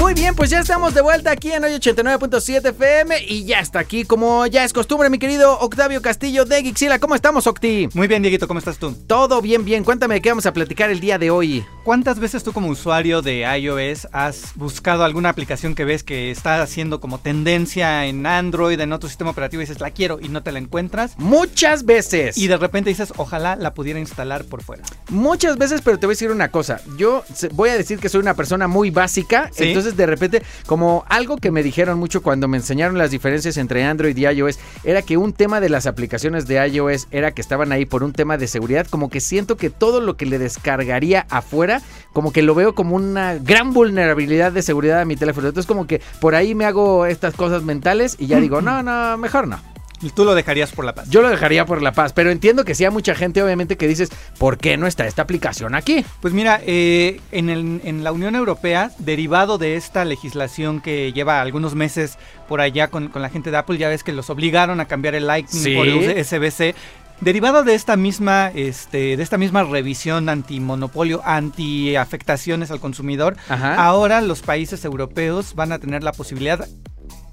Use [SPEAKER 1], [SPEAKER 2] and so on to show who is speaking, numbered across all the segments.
[SPEAKER 1] Muy bien, pues ya estamos de vuelta aquí en hoy 89.7 FM y ya está aquí, como ya es costumbre, mi querido Octavio Castillo de Gixila. ¿Cómo estamos, Octi?
[SPEAKER 2] Muy bien, Dieguito, ¿cómo estás tú?
[SPEAKER 1] Todo bien, bien. Cuéntame de qué vamos a platicar el día de hoy.
[SPEAKER 2] ¿Cuántas veces tú como usuario de iOS has buscado alguna aplicación que ves que está haciendo como tendencia en Android, en otro sistema operativo y dices, la quiero y no te la encuentras?
[SPEAKER 1] Muchas veces.
[SPEAKER 2] Y de repente dices, ojalá la pudiera instalar por fuera.
[SPEAKER 1] Muchas veces, pero te voy a decir una cosa. Yo se- voy a decir que soy una persona muy básica.
[SPEAKER 2] Sí.
[SPEAKER 1] Entonces, de repente, como algo que me dijeron mucho cuando me enseñaron las diferencias entre Android y iOS, era que un tema de las aplicaciones de iOS era que estaban ahí por un tema de seguridad. Como que siento que todo lo que le descargaría afuera, como que lo veo como una gran vulnerabilidad de seguridad a mi teléfono. Entonces, como que por ahí me hago estas cosas mentales y ya digo, no, no, mejor no.
[SPEAKER 2] Y tú lo dejarías por la paz.
[SPEAKER 1] Yo lo dejaría por la paz, pero entiendo que sí hay mucha gente, obviamente, que dices, ¿por qué no está esta aplicación aquí?
[SPEAKER 2] Pues mira, eh, en, el- en la Unión Europea, derivado de esta legislación que lleva algunos meses por allá con, con la gente de Apple, ya ves que los obligaron a cambiar el Lightning
[SPEAKER 1] Sí.
[SPEAKER 2] por USB-C. Derivado de esta misma, este, de esta misma revisión antimonopolio, anti afectaciones al consumidor,
[SPEAKER 1] Ajá.
[SPEAKER 2] ahora los países europeos van a tener la posibilidad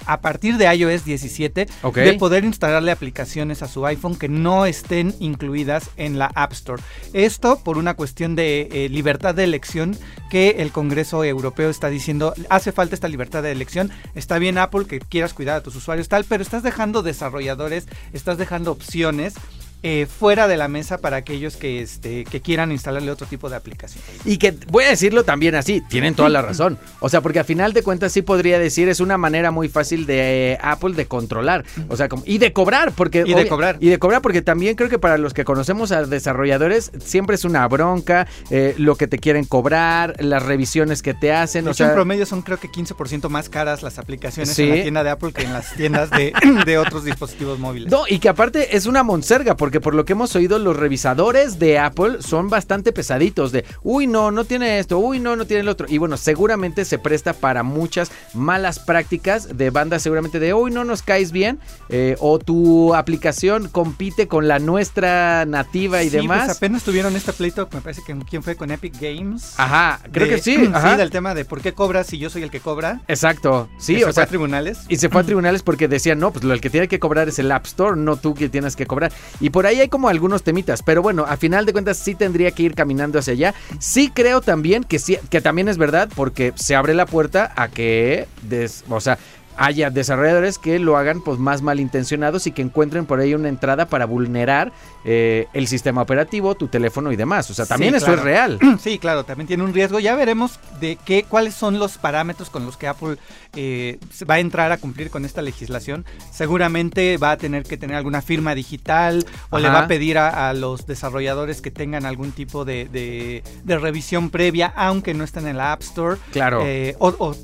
[SPEAKER 2] a partir de iOS 17
[SPEAKER 1] Ok.
[SPEAKER 2] de poder instalarle aplicaciones a su iPhone que no estén incluidas en la App Store. Esto por una cuestión de eh, libertad de elección que el Congreso Europeo está diciendo, hace falta esta libertad de elección, está bien Apple que quieras cuidar a tus usuarios tal, pero estás dejando desarrolladores, estás dejando opciones. eh, fuera de la mesa para aquellos que, este, que quieran instalarle otro tipo de aplicación.
[SPEAKER 1] Y que voy a decirlo también así, tienen toda la razón. O sea, porque a final de cuentas sí podría decir, es una manera muy fácil de eh, Apple de controlar. O sea, como- y de cobrar, porque...
[SPEAKER 2] Y de cobrar.
[SPEAKER 1] Y de cobrar, porque también creo que para los que conocemos a desarrolladores, siempre es una bronca, eh, lo que te quieren cobrar, las revisiones que te hacen.
[SPEAKER 2] De
[SPEAKER 1] O
[SPEAKER 2] hecho, en
[SPEAKER 1] sea,
[SPEAKER 2] promedio son creo que 15% más caras las aplicaciones en
[SPEAKER 1] Sí.
[SPEAKER 2] la tienda de Apple que en las tiendas de, de otros dispositivos móviles.
[SPEAKER 1] No, y que aparte es una monserga, porque por lo que hemos oído, los revisadores de Apple son bastante pesaditos de, uy, no, no tiene esto, uy, no, no tiene el otro. Y bueno, seguramente se presta para muchas malas prácticas de bandas, seguramente de, uy, no nos caes bien, eh, o tu aplicación compite con la nuestra nativa y
[SPEAKER 2] Sí,
[SPEAKER 1] demás.
[SPEAKER 2] pues apenas tuvieron este pleito, me parece que quién fue con Epic Games.
[SPEAKER 1] Ajá, Ah, creo
[SPEAKER 2] De-
[SPEAKER 1] que sí. ajá.
[SPEAKER 2] Sí, del tema de por qué cobras si yo soy el que cobra.
[SPEAKER 1] Exacto, sí,
[SPEAKER 2] que se
[SPEAKER 1] o
[SPEAKER 2] fue
[SPEAKER 1] sea,
[SPEAKER 2] a tribunales.
[SPEAKER 1] Y se fue a tribunales porque decían, no, pues lo el que tiene que cobrar es el App Store, no tú que tienes que cobrar. Y por ahí hay como algunos temitas, pero bueno, a final de cuentas sí tendría que ir caminando hacia allá. Sí creo también que sí, que también es verdad porque se abre la puerta a que, des- o sea, haya desarrolladores que lo hagan pues más malintencionados y que encuentren por ahí una entrada para vulnerar eh, el sistema operativo, tu teléfono y demás. O sea,
[SPEAKER 2] Sí,
[SPEAKER 1] también eso
[SPEAKER 2] claro.
[SPEAKER 1] es real.
[SPEAKER 2] Sí, claro, también tiene un riesgo. Ya veremos de qué, cuáles son los parámetros con los que Apple eh, se va a entrar a cumplir con esta legislación. Seguramente va a tener que tener alguna firma digital o le
[SPEAKER 1] Ajá.
[SPEAKER 2] va a pedir a, a los desarrolladores que tengan algún tipo de, de- de revisión previa, aunque no estén en la App Store.
[SPEAKER 1] Claro.
[SPEAKER 2] Eh, o, o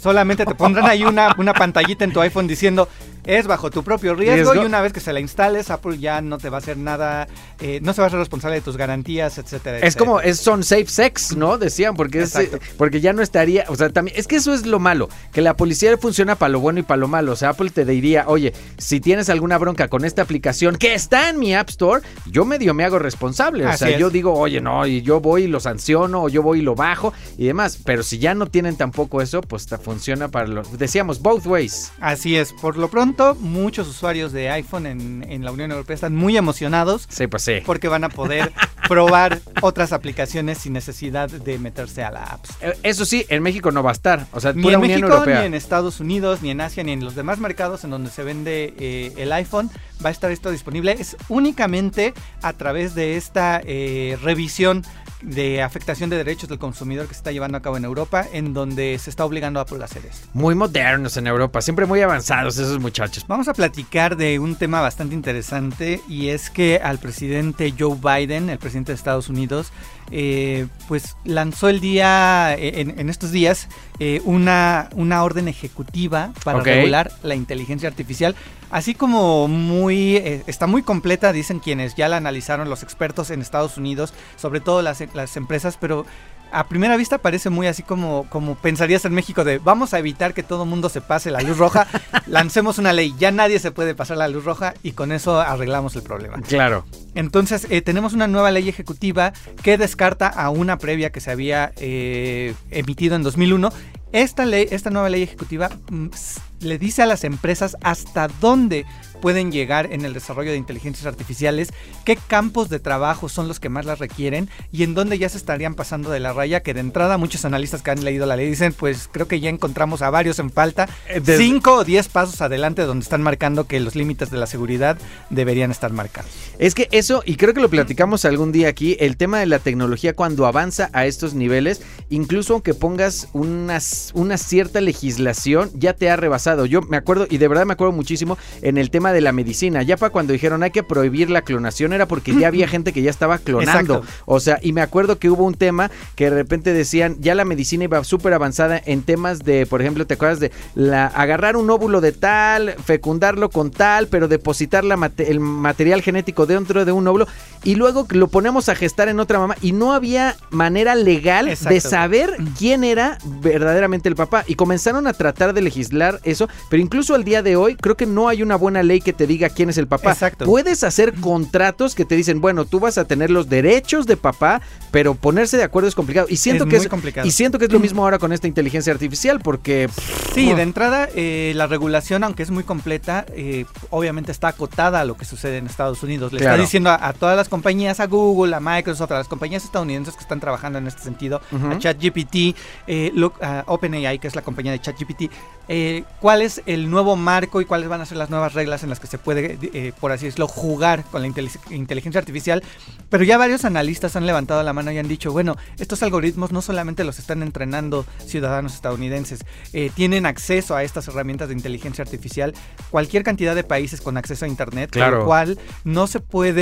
[SPEAKER 2] solamente te pondrán ahí una, una pantallita en tu iPhone diciendo es bajo tu propio riesgo,
[SPEAKER 1] Riesgo.
[SPEAKER 2] y una vez que se la instales, Apple ya no te va a hacer nada, eh, no se va a hacer responsable de tus garantías, etcétera.
[SPEAKER 1] Es
[SPEAKER 2] etcétera.
[SPEAKER 1] como, es, son safe sex, ¿no? Decían, porque es,
[SPEAKER 2] Exacto.
[SPEAKER 1] eh, porque ya no estaría, o sea, también, es que eso es lo malo, que la policía funciona para lo bueno y para lo malo, o sea, Apple te diría, oye, si tienes alguna bronca con esta aplicación que está en mi App Store, yo medio me hago responsable, o
[SPEAKER 2] Así
[SPEAKER 1] sea,
[SPEAKER 2] es.
[SPEAKER 1] yo digo, oye, no, y yo voy y lo sanciono, o yo voy y lo bajo, y demás, pero si ya no tienen tampoco eso, pues ta- funciona para los, decíamos, both ways.
[SPEAKER 2] Así es, por lo pronto muchos usuarios de iPhone en, en la Unión Europea están muy emocionados
[SPEAKER 1] Sí, pues sí.
[SPEAKER 2] porque van a poder probar otras aplicaciones sin necesidad de meterse a la App Store.
[SPEAKER 1] Eh, Eso sí, en México no va a estar, o sea,
[SPEAKER 2] Ni
[SPEAKER 1] pura
[SPEAKER 2] en
[SPEAKER 1] Unión
[SPEAKER 2] México,
[SPEAKER 1] Europea.
[SPEAKER 2] ni en Estados Unidos, ni en Asia, ni en los demás mercados en donde se vende eh, el iPhone va a estar esto disponible. Es únicamente a través de esta eh, revisión de afectación de derechos del consumidor que se está llevando a cabo en Europa, en donde se está obligando a Apple a hacer esto.
[SPEAKER 1] Muy modernos en Europa, siempre muy avanzados esos muchachos.
[SPEAKER 2] Vamos a platicar de un tema bastante interesante y es que al presidente Joe Biden, el presidente de Estados Unidos, eh, pues lanzó el día, en, en estos días, eh, una, una orden ejecutiva para
[SPEAKER 1] Ok.
[SPEAKER 2] regular la inteligencia artificial. Así como muy, eh, está muy completa, dicen quienes ya la analizaron los expertos en Estados Unidos, sobre todo las, las empresas, pero a primera vista parece muy así como, como pensarías en México de vamos a evitar que todo mundo se pase la luz roja, lancemos una ley, ya nadie se puede pasar la luz roja y con eso arreglamos el problema.
[SPEAKER 1] Claro.
[SPEAKER 2] Entonces eh, tenemos una nueva ley ejecutiva que descarta a una previa que se había eh, emitido en 2001. Esta, ley, esta nueva ley ejecutiva mm, s- le dice a las empresas hasta dónde pueden llegar en el desarrollo de inteligencias artificiales, qué campos de trabajo son los que más las requieren y en dónde ya se estarían pasando de la raya, que de entrada muchos analistas que han leído la ley dicen, pues creo que ya encontramos a varios en falta,
[SPEAKER 1] Eh, desde-
[SPEAKER 2] cinco o diez pasos adelante donde están marcando que los límites de la seguridad deberían estar marcados.
[SPEAKER 1] Es que eso, y creo que lo platicamos algún día aquí, el tema de la tecnología cuando avanza a estos niveles, incluso aunque pongas unas- una cierta legislación, ya te ha rebasado. Yo me acuerdo, y de verdad me acuerdo muchísimo, en el tema de la medicina. Ya para cuando dijeron hay que prohibir la clonación, era porque ya había gente que ya estaba clonando.
[SPEAKER 2] Exacto.
[SPEAKER 1] O sea, y me acuerdo que hubo un tema que de repente decían, ya la medicina iba súper avanzada en temas de, por ejemplo, ¿te acuerdas de la, agarrar un óvulo de tal, fecundarlo con tal, pero depositar la mate- el material genético dentro de un óvulo y luego lo ponemos a gestar en otra mamá y no había manera legal de
[SPEAKER 2] Exacto.
[SPEAKER 1] saber
[SPEAKER 2] Mm.
[SPEAKER 1] quién era verdaderamente el papá y comenzaron a tratar de legislar eso, pero incluso al día de hoy creo que no hay una buena ley que te diga quién es el papá.
[SPEAKER 2] Exacto.
[SPEAKER 1] Puede puedes hacer contratos que te dicen, bueno, tú vas a tener los derechos de papá, pero ponerse de acuerdo es complicado. Y siento
[SPEAKER 2] Es
[SPEAKER 1] que
[SPEAKER 2] muy
[SPEAKER 1] es
[SPEAKER 2] complicado.
[SPEAKER 1] y siento que es lo mismo ahora con esta inteligencia artificial, porque pff,
[SPEAKER 2] Sí,
[SPEAKER 1] Ujú.
[SPEAKER 2] de entrada, eh, la regulación, aunque es muy completa, eh, obviamente está acotada a lo que sucede en Estados Unidos. Le
[SPEAKER 1] Claro.
[SPEAKER 2] está diciendo a, a todas las compañías, a Google, a Microsoft, a las compañías estadounidenses que están trabajando en este sentido,
[SPEAKER 1] Ujú.
[SPEAKER 2] a ChatGPT, eh, lo- a OpenAI, que es la compañía de ChatGPT, eh, cuál es el nuevo marco y cuáles van a ser las nuevas reglas en las que se puede, eh, por así decirlo, jugar con la intelig- inteligencia artificial. Pero ya varios analistas han levantado la mano y han dicho, bueno, estos algoritmos no solamente los están entrenando ciudadanos estadounidenses, eh, tienen acceso a estas herramientas de inteligencia artificial cualquier cantidad de países con acceso a Internet,
[SPEAKER 1] Claro.
[SPEAKER 2] lo cual no se puede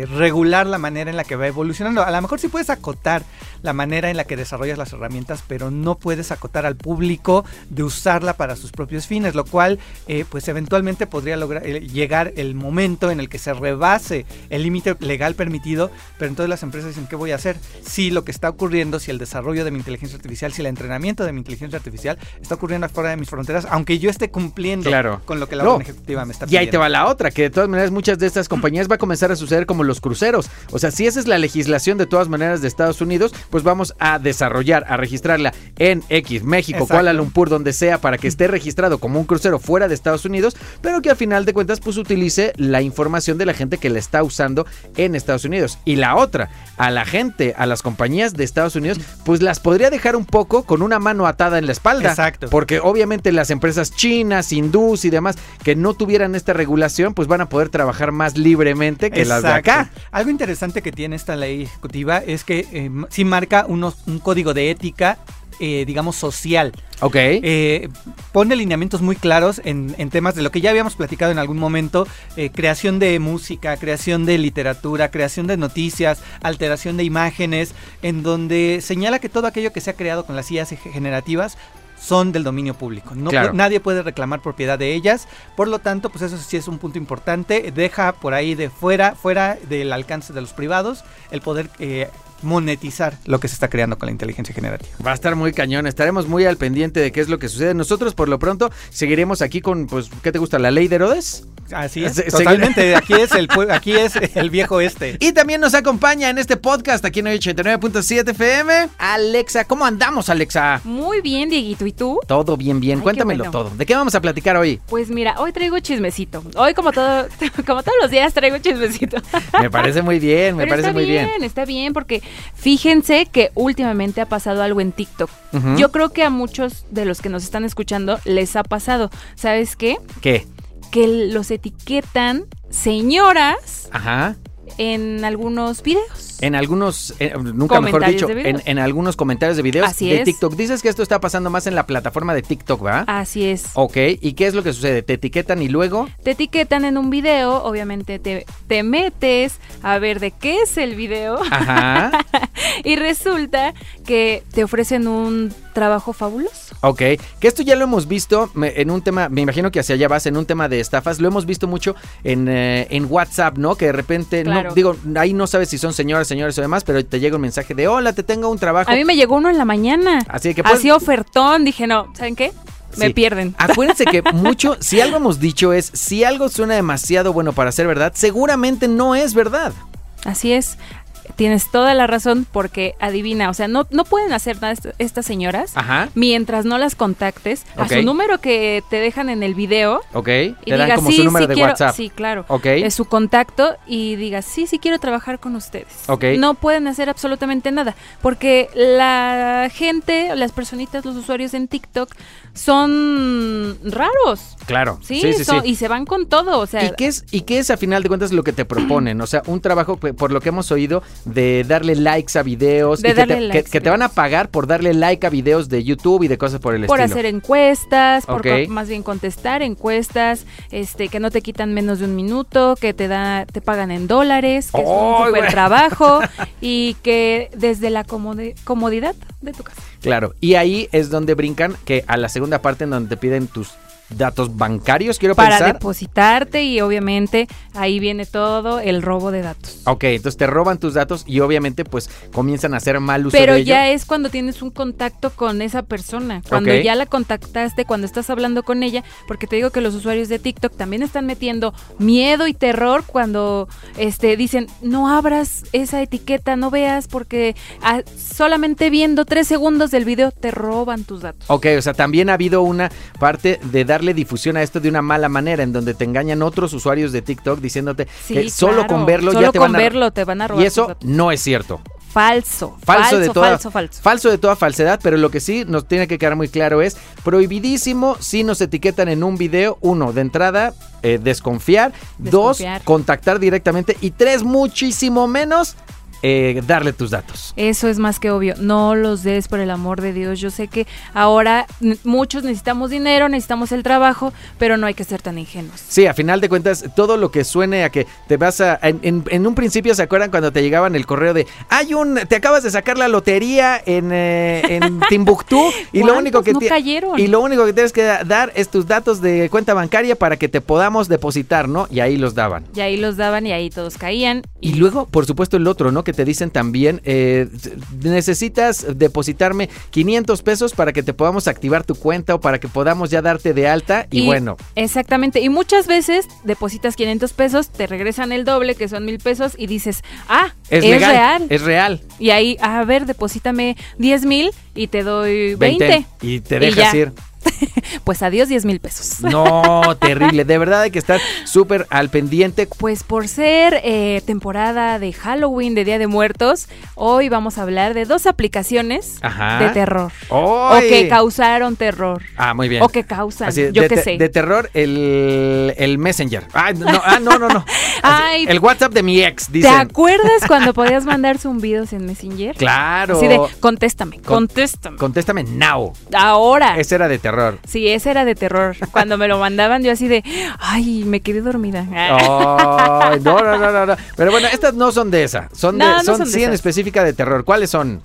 [SPEAKER 2] eh, regular la manera en la que va evolucionando. A lo mejor sí puedes acotar la manera en la que desarrollas las herramientas, pero no puedes acotar al público de usarla para sus propios fines, lo cual eh, pues eventualmente podría lograr eh, llegar el momento en el que se rebase el límite legal permitido, pero entonces las empresas dicen, ¿qué voy a hacer? Si lo que está ocurriendo, si el desarrollo de mi inteligencia artificial, si el entrenamiento de mi inteligencia artificial está ocurriendo afuera de mis fronteras, aunque yo esté cumpliendo
[SPEAKER 1] Claro.
[SPEAKER 2] con lo que la
[SPEAKER 1] No.
[SPEAKER 2] orden ejecutiva me está
[SPEAKER 1] y
[SPEAKER 2] pidiendo.
[SPEAKER 1] ahí te va la otra, que de todas maneras muchas de estas compañías va a comenzar a suceder como los cruceros. O sea, si esa es la legislación de todas maneras de Estados Unidos, pues vamos a desarrollar, a registrarla en X, México,
[SPEAKER 2] Exacto.
[SPEAKER 1] Kuala Lumpur, donde sea, para que esté registrado como un crucero fuera de Estados Unidos, pero que al final de cuentas pues utilice la información de la gente que la está usando en Estados Unidos. Y la otra, a la gente, a las compañías de Estados Unidos, pues las podría dejar un poco con una mano atada en la espalda.
[SPEAKER 2] Exacto.
[SPEAKER 1] Porque obviamente las empresas chinas, hindús y demás que no tuvieran esta regulación, pues van a poder trabajar más libremente que las de
[SPEAKER 2] Exacto.
[SPEAKER 1] acá.
[SPEAKER 2] Algo interesante que tiene esta ley ejecutiva es que eh, sí marca unos, un código de ética, eh, digamos, social.
[SPEAKER 1] Ok.
[SPEAKER 2] Eh, pone lineamientos muy claros en, en temas de lo que ya habíamos platicado en algún momento, eh, creación de música, creación de literatura, creación de noticias, alteración de imágenes, en donde señala que todo aquello que se ha creado con las IAs generativas son del dominio público. No,
[SPEAKER 1] Claro.
[SPEAKER 2] pu- Nadie puede reclamar propiedad de ellas. Por lo tanto, pues eso sí es un punto importante. Deja por ahí de fuera, fuera del alcance de los privados, el poder eh, monetizar lo que se está creando con la inteligencia generativa.
[SPEAKER 1] Va a estar muy cañón, estaremos muy al pendiente de qué es lo que sucede. Nosotros por lo pronto seguiremos aquí con, pues, ¿qué te gusta? ¿La ley de Herodes?
[SPEAKER 2] Así es,
[SPEAKER 1] Se- se-
[SPEAKER 2] totalmente. Aquí es el pue- aquí es el viejo este.
[SPEAKER 1] Y también nos acompaña en este podcast aquí en 89.7 FM, Alexa. ¿Cómo andamos, Alexa?
[SPEAKER 3] Muy bien, Dieguito. ¿Y tú?
[SPEAKER 1] Todo bien, bien.
[SPEAKER 3] Ay, qué
[SPEAKER 1] Cuéntamelo
[SPEAKER 3] bueno.
[SPEAKER 1] todo. ¿De qué vamos a platicar hoy?
[SPEAKER 3] Pues mira, hoy traigo chismecito. Hoy como todo, como todos los días traigo chismecito.
[SPEAKER 1] Me parece muy bien, me
[SPEAKER 3] Pero
[SPEAKER 1] parece
[SPEAKER 3] está
[SPEAKER 1] muy bien.
[SPEAKER 3] Está bien, porque fíjense que últimamente ha pasado algo en TikTok.
[SPEAKER 1] Ujú.
[SPEAKER 3] Yo creo que a muchos de los que nos están escuchando les ha pasado. ¿Sabes qué?
[SPEAKER 1] ¿Qué?
[SPEAKER 3] Que los etiquetan señoras
[SPEAKER 1] Ajá.
[SPEAKER 3] en algunos videos.
[SPEAKER 1] En algunos, eh, nunca mejor
[SPEAKER 3] Comentarios
[SPEAKER 1] dicho,
[SPEAKER 3] de videos.
[SPEAKER 1] en, en algunos comentarios de videos
[SPEAKER 3] Así
[SPEAKER 1] de
[SPEAKER 3] es. Ah.
[SPEAKER 1] TikTok. Dices que esto está pasando más en la plataforma de TikTok, ¿verdad?
[SPEAKER 3] Así es.
[SPEAKER 1] Ok, ¿y qué es lo que sucede? ¿Te etiquetan y luego?
[SPEAKER 3] Te etiquetan en un video, obviamente te, te metes a ver de qué es el video.
[SPEAKER 1] Ajá.
[SPEAKER 3] Y resulta que te ofrecen un trabajo fabuloso.
[SPEAKER 1] Ok, que esto ya lo hemos visto me- en un tema, me imagino que hacia allá vas, en un tema de estafas, lo hemos visto mucho en, eh, en WhatsApp, ¿no? Que de repente, no-
[SPEAKER 3] Claro.
[SPEAKER 1] digo, ahí no sabes si son señoras, señores o demás, pero te llega un mensaje de, hola, te tengo un trabajo.
[SPEAKER 3] A mí me llegó uno en la mañana.
[SPEAKER 1] Así que pues, puedes-
[SPEAKER 3] Así ofertón. Dije, no, ¿saben qué? Me
[SPEAKER 1] Sí.
[SPEAKER 3] pierden.
[SPEAKER 1] Acuérdense que mucho, si algo hemos dicho es, si algo suena demasiado bueno para ser verdad, seguramente no es verdad.
[SPEAKER 3] Así es. Tienes toda la razón porque adivina, o sea, no, no pueden hacer nada est- estas señoras
[SPEAKER 1] Ajá.
[SPEAKER 3] mientras no las contactes
[SPEAKER 1] Ah. Ok.
[SPEAKER 3] a su número que te dejan en el video
[SPEAKER 1] Ok,
[SPEAKER 3] y
[SPEAKER 1] te dan
[SPEAKER 3] diga,
[SPEAKER 1] como
[SPEAKER 3] sí,
[SPEAKER 1] su número
[SPEAKER 3] sí
[SPEAKER 1] de
[SPEAKER 3] quiero,
[SPEAKER 1] WhatsApp.
[SPEAKER 3] sí, claro,
[SPEAKER 1] Ok.
[SPEAKER 3] es su contacto y diga, sí, sí quiero trabajar con ustedes.
[SPEAKER 1] Ok.
[SPEAKER 3] No pueden hacer absolutamente nada porque la gente, las personitas, los usuarios en TikTok son raros,
[SPEAKER 1] Claro.
[SPEAKER 3] ¿sí? Son- Y se van con todo, o sea,
[SPEAKER 1] ¿Y qué, es, ¿Y qué es a final de cuentas lo que te proponen? O sea, un trabajo, que, por lo que hemos oído, de darle likes a videos.
[SPEAKER 3] De
[SPEAKER 1] y que,
[SPEAKER 3] darle
[SPEAKER 1] te,
[SPEAKER 3] likes
[SPEAKER 1] que-
[SPEAKER 3] a
[SPEAKER 1] que te van a
[SPEAKER 3] videos.
[SPEAKER 1] pagar por darle like a videos de YouTube y de cosas por el
[SPEAKER 3] por
[SPEAKER 1] estilo.
[SPEAKER 3] hacer encuestas, por
[SPEAKER 1] Ok.
[SPEAKER 3] co- más bien contestar encuestas, este que no te quitan menos de un minuto, que te da te pagan en dólares, que es
[SPEAKER 1] ¡Ay,
[SPEAKER 3] un super
[SPEAKER 1] güey!
[SPEAKER 3] trabajo y que desde la comodi- comodidad de tu casa.
[SPEAKER 1] Claro. Y ahí es donde brincan que a la segunda parte en donde te piden tus datos bancarios, quiero
[SPEAKER 3] Para
[SPEAKER 1] pensar.
[SPEAKER 3] depositarte y obviamente ahí viene todo el robo de datos.
[SPEAKER 1] Ok, entonces te roban tus datos y obviamente pues comienzan a hacer mal uso
[SPEAKER 3] Pero
[SPEAKER 1] de ello.
[SPEAKER 3] ya es cuando tienes un contacto con esa persona, cuando
[SPEAKER 1] Ok.
[SPEAKER 3] ya la contactaste, cuando estás hablando con ella, porque te digo que los usuarios de TikTok también están metiendo miedo y terror cuando este dicen, "No abras esa etiqueta, no veas porque ah, solamente viendo tres segundos del video te roban tus datos."
[SPEAKER 1] Ok, o sea, también ha habido una parte de darle difusión a esto de una mala manera, en donde te engañan otros usuarios de TikTok diciéndote
[SPEAKER 3] Sí,
[SPEAKER 1] que solo
[SPEAKER 3] claro,
[SPEAKER 1] con verlo
[SPEAKER 3] solo
[SPEAKER 1] ya te
[SPEAKER 3] con
[SPEAKER 1] van a...
[SPEAKER 3] verlo te van a robar
[SPEAKER 1] Y
[SPEAKER 3] tus
[SPEAKER 1] eso
[SPEAKER 3] datos.
[SPEAKER 1] no es cierto.
[SPEAKER 3] falso,
[SPEAKER 1] Falso, de toda
[SPEAKER 3] falso, falso.
[SPEAKER 1] de toda falsedad, pero lo que sí nos tiene que quedar muy claro es prohibidísimo si nos etiquetan en un video, uno, de entrada, eh, desconfiar,
[SPEAKER 3] Desconfiar.
[SPEAKER 1] dos, contactar directamente y tres, muchísimo menos, eh, darle tus datos.
[SPEAKER 3] Eso es más que obvio. No los des, por el amor de Dios. Yo sé que ahora n- muchos necesitamos dinero, necesitamos el trabajo, pero no hay que ser tan ingenuos.
[SPEAKER 1] Sí, a final de cuentas, todo lo que suene a que te vas a... En, en- en un principio, ¿se acuerdan cuando te llegaban el correo de hay un... Te acabas de sacar la lotería en, eh, en Timbuktu y lo único
[SPEAKER 3] ¿Cuántos
[SPEAKER 1] que...
[SPEAKER 3] no
[SPEAKER 1] ti-
[SPEAKER 3] cayeron?
[SPEAKER 1] Y lo único que tienes que da- dar es tus datos de cuenta bancaria para que te podamos depositar, ¿no? Y ahí los daban.
[SPEAKER 3] Y ahí los daban y ahí todos caían.
[SPEAKER 1] Y luego, por supuesto, el otro, ¿no? Que te dicen también, eh, necesitas depositarme 500 pesos para que te podamos activar tu cuenta o para que podamos ya darte de alta. Y, bueno,
[SPEAKER 3] Exactamente. Y muchas veces depositas 500 pesos, te regresan el doble, que son mil pesos, y dices, ah,
[SPEAKER 1] es,
[SPEAKER 3] es,
[SPEAKER 1] legal,
[SPEAKER 3] real.
[SPEAKER 1] es real.
[SPEAKER 3] Y ahí, a ver, deposítame 10 mil y te doy 20.
[SPEAKER 1] Veinte. Y te
[SPEAKER 3] Y
[SPEAKER 1] dejas
[SPEAKER 3] ya.
[SPEAKER 1] ir.
[SPEAKER 3] Pues adiós 10 mil pesos.
[SPEAKER 1] No, terrible. De verdad hay que estar súper al pendiente.
[SPEAKER 3] Pues por ser eh, temporada de Halloween, de Día de Muertos, hoy vamos a hablar de dos aplicaciones
[SPEAKER 1] Ajá.
[SPEAKER 3] de terror.
[SPEAKER 1] ¡Ay!
[SPEAKER 3] O que causaron terror.
[SPEAKER 1] Ah, muy bien.
[SPEAKER 3] O que causan,
[SPEAKER 1] Así,
[SPEAKER 3] yo
[SPEAKER 1] de,
[SPEAKER 3] qué
[SPEAKER 1] te-
[SPEAKER 3] sé.
[SPEAKER 1] de terror, el, el Messenger. Ah, no, ah, no, no. no. Así,
[SPEAKER 3] Ay.
[SPEAKER 1] el WhatsApp de mi ex,
[SPEAKER 3] ¿Te
[SPEAKER 1] dicen.
[SPEAKER 3] acuerdas cuando podías mandar zumbidos en Messenger?
[SPEAKER 1] Claro.
[SPEAKER 3] Así de, contéstame,
[SPEAKER 1] Con-
[SPEAKER 3] contéstame.
[SPEAKER 1] Contéstame now.
[SPEAKER 3] Ahora.
[SPEAKER 1] Ese era de terror.
[SPEAKER 3] Sí, ese era de terror. Cuando me lo mandaban yo así de, ay, me quedé dormida.
[SPEAKER 1] Oh. Ay, no, no, no, no, no. Pero bueno, estas no son de esa. Son de,
[SPEAKER 3] Ah. No, no
[SPEAKER 1] son,
[SPEAKER 3] son de
[SPEAKER 1] sí en
[SPEAKER 3] esas.
[SPEAKER 1] específica de terror. ¿Cuáles son?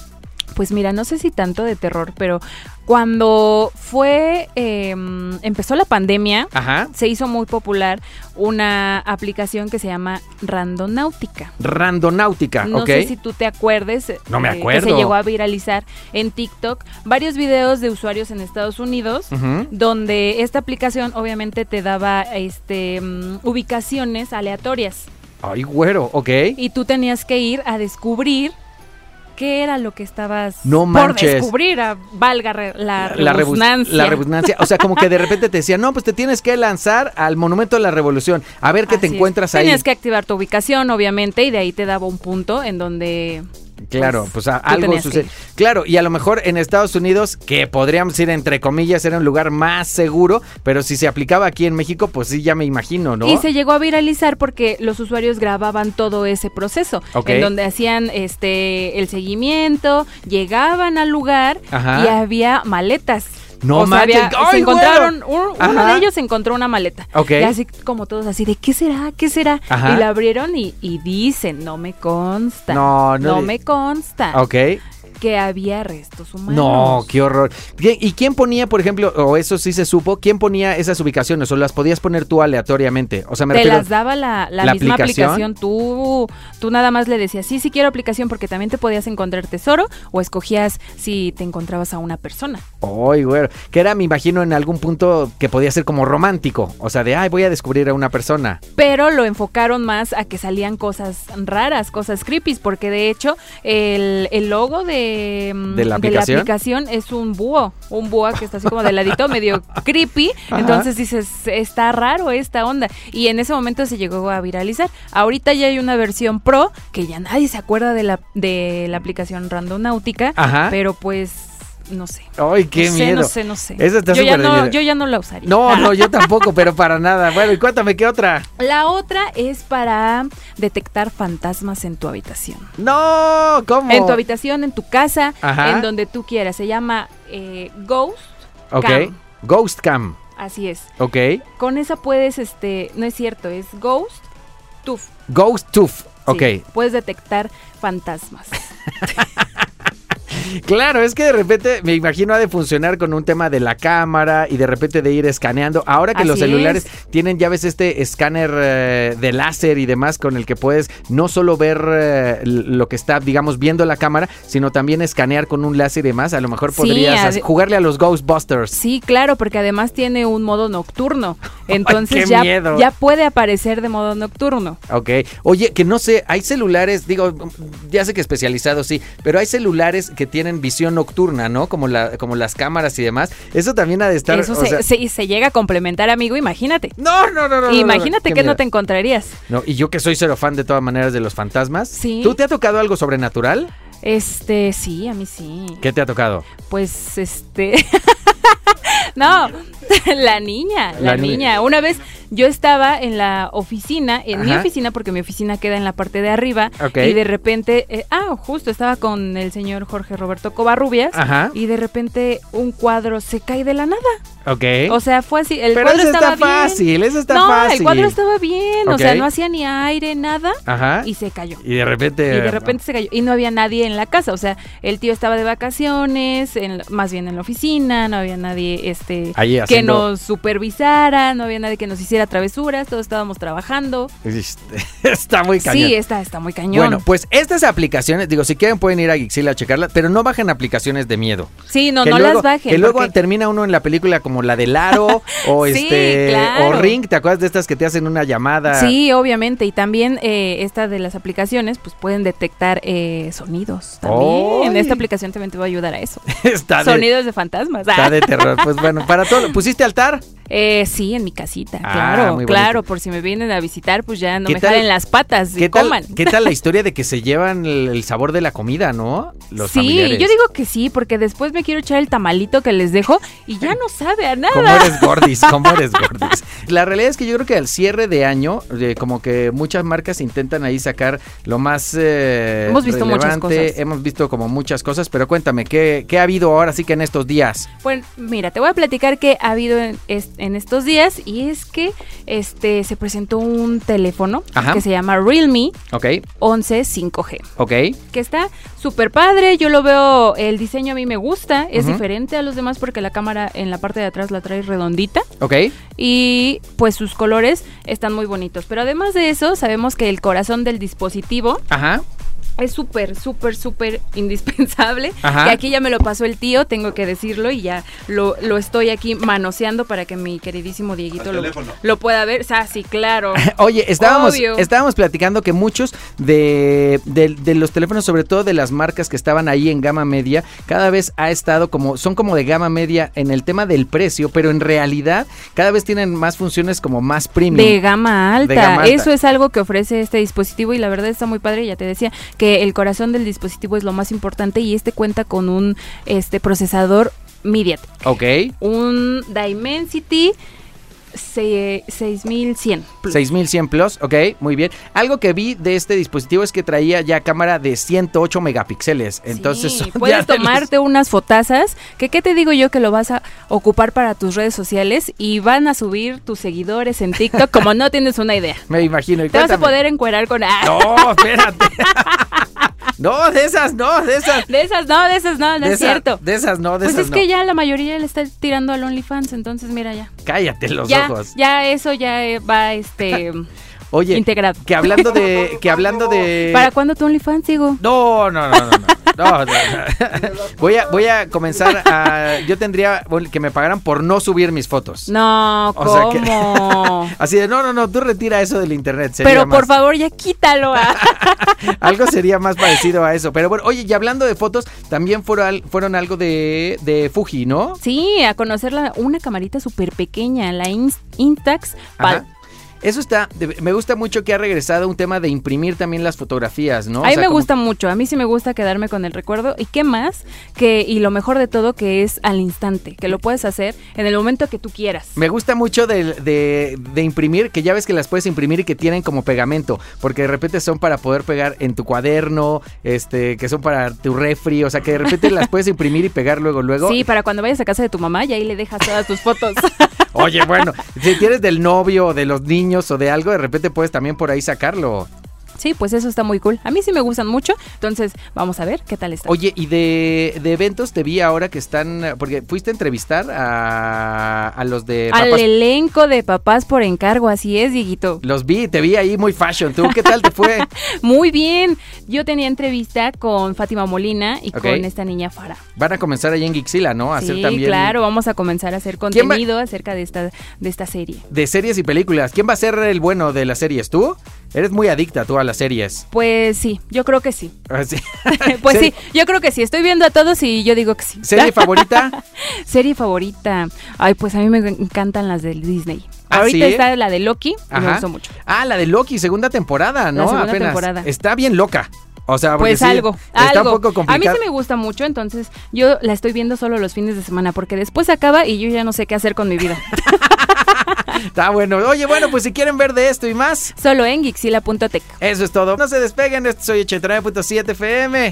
[SPEAKER 3] Pues mira, no sé si tanto de terror, pero cuando fue, eh, empezó la pandemia,
[SPEAKER 1] Ajá.
[SPEAKER 3] se hizo muy popular una aplicación que se llama Randonáutica.
[SPEAKER 1] Randonáutica,
[SPEAKER 3] No
[SPEAKER 1] Ah, ok.
[SPEAKER 3] sé si tú te acuerdes.
[SPEAKER 1] No me
[SPEAKER 3] eh, que
[SPEAKER 1] acuerdo.
[SPEAKER 3] se llegó a viralizar en TikTok varios videos de usuarios en Estados Unidos.
[SPEAKER 1] Ujú.
[SPEAKER 3] Donde esta aplicación obviamente te daba este mm, ubicaciones aleatorias
[SPEAKER 1] Ay, güero, ok.
[SPEAKER 3] y tú tenías que ir a descubrir qué era lo que estabas
[SPEAKER 1] No manches.
[SPEAKER 3] por descubrir, a- valga re- la
[SPEAKER 1] la, rebus-
[SPEAKER 3] redundancia.
[SPEAKER 1] la redundancia. O sea, como que de repente te decían, no, pues te tienes que lanzar al Monumento de la Revolución. A ver qué
[SPEAKER 3] Así
[SPEAKER 1] te
[SPEAKER 3] es.
[SPEAKER 1] encuentras ahí.
[SPEAKER 3] Tenías que activar tu ubicación, obviamente, y de ahí te daba un punto en donde
[SPEAKER 1] Claro,
[SPEAKER 3] pues,
[SPEAKER 1] pues a-
[SPEAKER 3] tú
[SPEAKER 1] algo
[SPEAKER 3] tenías que
[SPEAKER 1] sucede.
[SPEAKER 3] ir.
[SPEAKER 1] Claro, y a lo mejor en Estados Unidos, que podríamos ir entre comillas, era un lugar más seguro, pero si se aplicaba aquí en México, pues sí, ya me imagino, ¿no?
[SPEAKER 3] Y se llegó a viralizar porque los usuarios grababan todo ese proceso,
[SPEAKER 1] Ok.
[SPEAKER 3] en donde hacían este el seguimiento, llegaban al lugar
[SPEAKER 1] Ajá.
[SPEAKER 3] y había maletas.
[SPEAKER 1] No
[SPEAKER 3] o sea,
[SPEAKER 1] manches.
[SPEAKER 3] había- se
[SPEAKER 1] ¡Ay,
[SPEAKER 3] encontraron,
[SPEAKER 1] bueno!
[SPEAKER 3] un- uno
[SPEAKER 1] Ajá.
[SPEAKER 3] de ellos encontró una maleta.
[SPEAKER 1] Ok.
[SPEAKER 3] Y así como todos así de, ¿qué será? ¿Qué será?
[SPEAKER 1] Ajá.
[SPEAKER 3] Y la abrieron y, y dicen, no me consta.
[SPEAKER 1] No, no di-
[SPEAKER 3] me consta
[SPEAKER 1] Ok.
[SPEAKER 3] que había restos humanos.
[SPEAKER 1] No, qué horror. Bien, ¿Y quién ponía, por ejemplo, o eso sí se supo, quién ponía esas ubicaciones o las podías poner tú aleatoriamente? O sea, me
[SPEAKER 3] Te
[SPEAKER 1] refiero.
[SPEAKER 3] las daba la, la
[SPEAKER 1] ¿La
[SPEAKER 3] misma
[SPEAKER 1] aplicación?
[SPEAKER 3] aplicación. Tú, tú nada más le decías, sí, sí quiero aplicación porque también te podías encontrar tesoro o escogías si te encontrabas a una persona.
[SPEAKER 1] Ay, güey. Que era, me imagino, en algún punto que podía ser como romántico. O sea, de, ay, voy a descubrir a una persona.
[SPEAKER 3] Pero lo enfocaron más a que salían cosas raras, cosas creepy, porque de hecho el, el logo de, mm,
[SPEAKER 1] ¿De la aplicación?
[SPEAKER 3] aplicación es un búho, un búho que está así como de ladito, medio creepy.
[SPEAKER 1] Ajá.
[SPEAKER 3] Entonces dices, está raro esta onda. Y en ese momento se llegó a viralizar. Ahorita ya hay una versión pro que ya nadie se acuerda de la, de la aplicación Randonáutica,
[SPEAKER 1] Ajá.
[SPEAKER 3] pero pues no sé.
[SPEAKER 1] Ay, qué
[SPEAKER 3] Pues no
[SPEAKER 1] miedo.
[SPEAKER 3] Sé, no sé, no sé.
[SPEAKER 1] Esa está
[SPEAKER 3] yo, ya
[SPEAKER 1] súper
[SPEAKER 3] no,
[SPEAKER 1] bien.
[SPEAKER 3] yo ya no la usaría.
[SPEAKER 1] No, no, yo tampoco, pero para nada. Bueno, y cuéntame, ¿qué otra?
[SPEAKER 3] La otra es para detectar fantasmas en tu habitación.
[SPEAKER 1] No, ¿cómo?
[SPEAKER 3] En tu habitación, en tu casa,
[SPEAKER 1] Ajá.
[SPEAKER 3] en donde tú quieras. Se llama eh, Ghost.
[SPEAKER 1] Ok.
[SPEAKER 3] Cam.
[SPEAKER 1] Ghost Cam.
[SPEAKER 3] Así es.
[SPEAKER 1] Ok.
[SPEAKER 3] Con esa puedes, este, no es cierto, es Ghost Tooth. Sí,
[SPEAKER 1] Ghost Tooth. Ok.
[SPEAKER 3] puedes detectar fantasmas.
[SPEAKER 1] Claro, es que de repente me imagino ha de funcionar con un tema de la cámara y de repente de ir escaneando. Ahora que los
[SPEAKER 3] Así
[SPEAKER 1] celulares tienen ya ves este escáner eh, de láser y demás con el que puedes no solo ver eh, l- lo que está, digamos, viendo la cámara, sino también escanear con un láser y demás. A lo mejor
[SPEAKER 3] Sí,
[SPEAKER 1] podrías
[SPEAKER 3] a
[SPEAKER 1] as-
[SPEAKER 3] ve-
[SPEAKER 1] jugarle a los Ghostbusters.
[SPEAKER 3] Sí, claro, porque además tiene un modo nocturno.
[SPEAKER 1] qué
[SPEAKER 3] Entonces ya,
[SPEAKER 1] miedo.
[SPEAKER 3] ya puede aparecer de modo nocturno.
[SPEAKER 1] Ok. Oye, que no sé, hay celulares, digo, ya sé que especializados sí, pero hay celulares que tienen visión nocturna, ¿no? Como, la, como las cámaras y demás. Eso también ha de estar.
[SPEAKER 3] Eso
[SPEAKER 1] o
[SPEAKER 3] se,
[SPEAKER 1] sea-
[SPEAKER 3] se- se llega a complementar, amigo, imagínate.
[SPEAKER 1] No, no, no, no. no,
[SPEAKER 3] imagínate
[SPEAKER 1] no. Qué
[SPEAKER 3] que no
[SPEAKER 1] miedo.
[SPEAKER 3] te encontrarías.
[SPEAKER 1] No, y yo que soy cero fan de todas maneras de los fantasmas.
[SPEAKER 3] Sí.
[SPEAKER 1] ¿Tú te ha tocado algo sobrenatural?
[SPEAKER 3] Este, sí, a mí sí.
[SPEAKER 1] ¿Qué te ha tocado?
[SPEAKER 3] Pues este. no, la niña, la,
[SPEAKER 1] La niña.
[SPEAKER 3] niña. Una vez yo estaba en la oficina, en mi
[SPEAKER 1] Ajá.
[SPEAKER 3] oficina, porque mi oficina queda en la parte de arriba,
[SPEAKER 1] Ok.
[SPEAKER 3] y de repente, eh, ah, justo estaba con el señor Jorge Roberto Covarrubias.
[SPEAKER 1] Ajá.
[SPEAKER 3] Y de repente un cuadro se cae de la nada.
[SPEAKER 1] Ok.
[SPEAKER 3] O sea, fue así. El
[SPEAKER 1] Pero
[SPEAKER 3] cuadro
[SPEAKER 1] eso está
[SPEAKER 3] estaba bien.
[SPEAKER 1] fácil, eso está
[SPEAKER 3] no,
[SPEAKER 1] fácil.
[SPEAKER 3] el cuadro estaba bien. O sea,
[SPEAKER 1] Ok. Ah.
[SPEAKER 3] no hacía ni aire, nada.
[SPEAKER 1] Ajá.
[SPEAKER 3] Y se cayó.
[SPEAKER 1] Y de repente.
[SPEAKER 3] Y de repente se cayó. Y no había nadie en la casa. O sea, el tío estaba de vacaciones, en- más bien en la oficina, no había nadie este
[SPEAKER 1] Ahí
[SPEAKER 3] que
[SPEAKER 1] haciendo.
[SPEAKER 3] nos supervisara, no había nadie que nos hiciera travesuras, todos estábamos trabajando.
[SPEAKER 1] Este, Está muy cañón.
[SPEAKER 3] Sí, está, está muy cañón.
[SPEAKER 1] Bueno, pues estas aplicaciones, digo, si quieren pueden ir a Gixila a checarlas, pero no bajen aplicaciones de miedo.
[SPEAKER 3] sí, no,
[SPEAKER 1] que
[SPEAKER 3] no
[SPEAKER 1] luego-
[SPEAKER 3] las bajen.
[SPEAKER 1] Que luego
[SPEAKER 3] porque-
[SPEAKER 1] termina uno en la película como la de Laro o
[SPEAKER 3] Sí,
[SPEAKER 1] este o
[SPEAKER 3] claro.
[SPEAKER 1] Ring, ¿te acuerdas de estas que te hacen una llamada?
[SPEAKER 3] Sí, obviamente. Y también eh, esta de las aplicaciones, pues pueden detectar eh, sonidos también.
[SPEAKER 1] ¡Ay!
[SPEAKER 3] Esta aplicación también te va a ayudar a eso.
[SPEAKER 1] Está de,
[SPEAKER 3] sonidos de fantasmas.
[SPEAKER 1] Está de terror. Pues bueno, para todo. ¿Pusiste altar?
[SPEAKER 3] Eh, sí, en mi casita,
[SPEAKER 1] Ah, muy
[SPEAKER 3] claro,
[SPEAKER 1] bonito.
[SPEAKER 3] claro, por si me vienen a visitar, pues ya no
[SPEAKER 1] ¿Qué
[SPEAKER 3] me
[SPEAKER 1] tal-
[SPEAKER 3] jalen las patas
[SPEAKER 1] ¿Qué
[SPEAKER 3] y
[SPEAKER 1] tal,
[SPEAKER 3] coman.
[SPEAKER 1] ¿Qué tal la historia de que se llevan el, el sabor de la comida, no? Los
[SPEAKER 3] sí,
[SPEAKER 1] familiares.
[SPEAKER 3] yo digo que sí, porque después me quiero echar el tamalito que les dejo y ya no sabe a
[SPEAKER 1] ¿Cómo
[SPEAKER 3] nada.
[SPEAKER 1] eres gordis? ¿Cómo eres gordis? La realidad es que yo creo que al cierre de año, eh, como que muchas marcas intentan ahí sacar lo más eh,
[SPEAKER 3] Hemos visto muchas
[SPEAKER 1] relevante,
[SPEAKER 3] cosas.
[SPEAKER 1] Hemos visto como muchas cosas, pero cuéntame, ¿qué, qué ha habido ahora sí que en estos días?
[SPEAKER 3] Bueno, mira, te voy a platicar que ha habido en, es- en estos días y es que este se presentó un teléfono
[SPEAKER 1] Ajá.
[SPEAKER 3] que se llama Realme
[SPEAKER 1] ¿Ok?
[SPEAKER 3] 11 5G.
[SPEAKER 1] ¿Ok?
[SPEAKER 3] que está súper padre. Yo lo veo, el diseño a mí me gusta, es
[SPEAKER 1] Ujú.
[SPEAKER 3] diferente a los demás porque la cámara en la parte de atrás la trae redondita
[SPEAKER 1] ¿Ok?
[SPEAKER 3] y pues sus colores están muy bonitos. Pero además de eso, sabemos que el corazón del dispositivo
[SPEAKER 1] Ajá.
[SPEAKER 3] es súper, súper, súper indispensable.
[SPEAKER 1] Ajá.
[SPEAKER 3] Que aquí ya me lo pasó el tío, tengo que decirlo y ya lo, lo estoy aquí manoseando para que mi queridísimo Dieguito lo, lo pueda ver. Ah, sí, claro.
[SPEAKER 1] Oye, estábamos,
[SPEAKER 3] Obvio.
[SPEAKER 1] estábamos platicando que muchos de, de- de los teléfonos, sobre todo de las marcas que estaban ahí en gama media, cada vez ha estado como, son como de gama media en el tema del precio, pero en realidad cada vez tienen más funciones como más premium.
[SPEAKER 3] De gama alta.
[SPEAKER 1] De gama alta.
[SPEAKER 3] Eso es algo que ofrece este dispositivo y la verdad está muy padre. Ya te decía que el corazón del dispositivo es lo más importante y este cuenta con un este procesador MediaTek,
[SPEAKER 1] ok.
[SPEAKER 3] un Dimensity se- 6100.
[SPEAKER 1] 6100 Plus, ok, muy bien. Algo que vi de este dispositivo es que traía ya cámara de 108 megapíxeles. Entonces,
[SPEAKER 3] Sí,
[SPEAKER 1] son ya
[SPEAKER 3] puedes
[SPEAKER 1] de los-
[SPEAKER 3] tomarte unas fotazas, que qué te digo yo que lo vas a ocupar para tus redes sociales y van a subir tus seguidores en TikTok como no tienes una idea.
[SPEAKER 1] Me imagino. y
[SPEAKER 3] Te vas a
[SPEAKER 1] cuéntame.
[SPEAKER 3] poder encuerar con... Ah,
[SPEAKER 1] No, espérate. no, de esas, no, de esas.
[SPEAKER 3] De esas no, de esas no, no
[SPEAKER 1] de
[SPEAKER 3] es
[SPEAKER 1] esas-
[SPEAKER 3] cierto.
[SPEAKER 1] De esas no, de
[SPEAKER 3] Pues
[SPEAKER 1] esas
[SPEAKER 3] es que
[SPEAKER 1] no.
[SPEAKER 3] ya la mayoría le está tirando al OnlyFans, entonces mira ya.
[SPEAKER 1] Cállate los
[SPEAKER 3] ya,
[SPEAKER 1] ojos.
[SPEAKER 3] ya eso ya eh, va este
[SPEAKER 1] Oye,
[SPEAKER 3] integrado.
[SPEAKER 1] que hablando de que hablando de
[SPEAKER 3] ¿Para cuándo tu OnlyFans, digo?
[SPEAKER 1] No, no, no, no, no. No, no, no. Voy a voy a comenzar a yo tendría bueno, que me pagaran por no subir mis fotos.
[SPEAKER 3] No,
[SPEAKER 1] O sea
[SPEAKER 3] ¿cómo?
[SPEAKER 1] que- Así de, no, no, no, tú retira eso del internet. sería
[SPEAKER 3] Pero por
[SPEAKER 1] este más-
[SPEAKER 3] favor, ya quítalo. ah.
[SPEAKER 1] Algo sería más parecido a eso. Pero bueno, oye, y hablando de fotos, también fueron, al- fueron algo de, de Fuji, ¿no?
[SPEAKER 3] Sí, a conocer la- una camarita súper pequeña, la Ins- Instax Pal.
[SPEAKER 1] Ajá. Eso está, de- me gusta mucho que ha regresado un tema de imprimir también las fotografías, ¿no? O
[SPEAKER 3] a mí
[SPEAKER 1] sea,
[SPEAKER 3] me
[SPEAKER 1] como-
[SPEAKER 3] gusta mucho, a mí sí me gusta quedarme con el recuerdo y qué más que y lo mejor de todo que es al instante, que lo puedes hacer en el momento que tú quieras.
[SPEAKER 1] Me gusta mucho de, de- de imprimir, que ya ves que las puedes imprimir y que tienen como pegamento, porque de repente son para poder pegar en tu cuaderno, este, que son para tu refri, o sea, que de repente las puedes imprimir y pegar luego, luego.
[SPEAKER 3] Sí, para cuando vayas a casa de tu mamá y ahí le dejas todas tus fotos.
[SPEAKER 1] Oye, bueno, si tienes del novio o de los niños o de algo, de repente puedes también por ahí sacarlo.
[SPEAKER 3] sí, pues eso está muy cool. A mí sí me gustan mucho, entonces vamos a ver qué tal está.
[SPEAKER 1] Oye, y de, de eventos te vi ahora que están, eh, porque fuiste a entrevistar a, a los de
[SPEAKER 3] Al
[SPEAKER 1] Papas-
[SPEAKER 3] elenco de papás por encargo, así es, Dieguito.
[SPEAKER 1] Los vi, te vi ahí muy fashion. ¿Tú qué tal te fue?
[SPEAKER 3] Muy bien. Yo tenía entrevista con Fátima Molina y
[SPEAKER 1] Ok.
[SPEAKER 3] con esta niña Farah.
[SPEAKER 1] Van a comenzar ahí en Gixila, ¿no? A
[SPEAKER 3] sí,
[SPEAKER 1] hacer también
[SPEAKER 3] claro, vamos a comenzar a hacer
[SPEAKER 1] ¿Quién va-
[SPEAKER 3] contenido acerca de esta, de esta serie.
[SPEAKER 1] de series y películas. ¿Quién va a ser el bueno de las series? ¿Tú? Eres muy adicta tú a las series. Ah,
[SPEAKER 3] Pues sí, yo creo que sí.
[SPEAKER 1] Así.
[SPEAKER 3] Pues
[SPEAKER 1] Serie-
[SPEAKER 3] sí, yo creo que sí. Estoy viendo a todos y yo digo que sí.
[SPEAKER 1] ¿Serie favorita?
[SPEAKER 3] Serie favorita. Ay, pues a mí me encantan las del Disney.
[SPEAKER 1] ¿Ah,
[SPEAKER 3] Ahorita
[SPEAKER 1] sí?
[SPEAKER 3] está la de Loki, y me
[SPEAKER 1] Ajá.
[SPEAKER 3] gustó mucho.
[SPEAKER 1] Ah, la de Loki, segunda temporada, ¿no?
[SPEAKER 3] segunda
[SPEAKER 1] Apenas.
[SPEAKER 3] temporada.
[SPEAKER 1] Está bien loca. O sea, porque
[SPEAKER 3] Pues
[SPEAKER 1] sí,
[SPEAKER 3] algo,
[SPEAKER 1] Está
[SPEAKER 3] algo.
[SPEAKER 1] un poco
[SPEAKER 3] a mí
[SPEAKER 1] complicado.
[SPEAKER 3] sí me gusta mucho, entonces yo la estoy viendo solo los fines de semana porque después acaba y yo ya no sé qué hacer con mi vida.
[SPEAKER 1] Está bueno. Oye, bueno, pues si quieren ver de esto y más,
[SPEAKER 3] solo en Gixila.tech.
[SPEAKER 1] eso es todo. No se despeguen, esto soy 89.7 FM.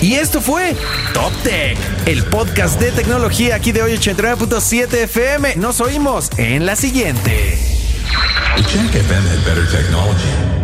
[SPEAKER 4] Y esto fue Top Tech, el podcast de tecnología aquí de hoy 89.7 FM. Nos oímos en la siguiente.
[SPEAKER 5] We can't get them had better technology.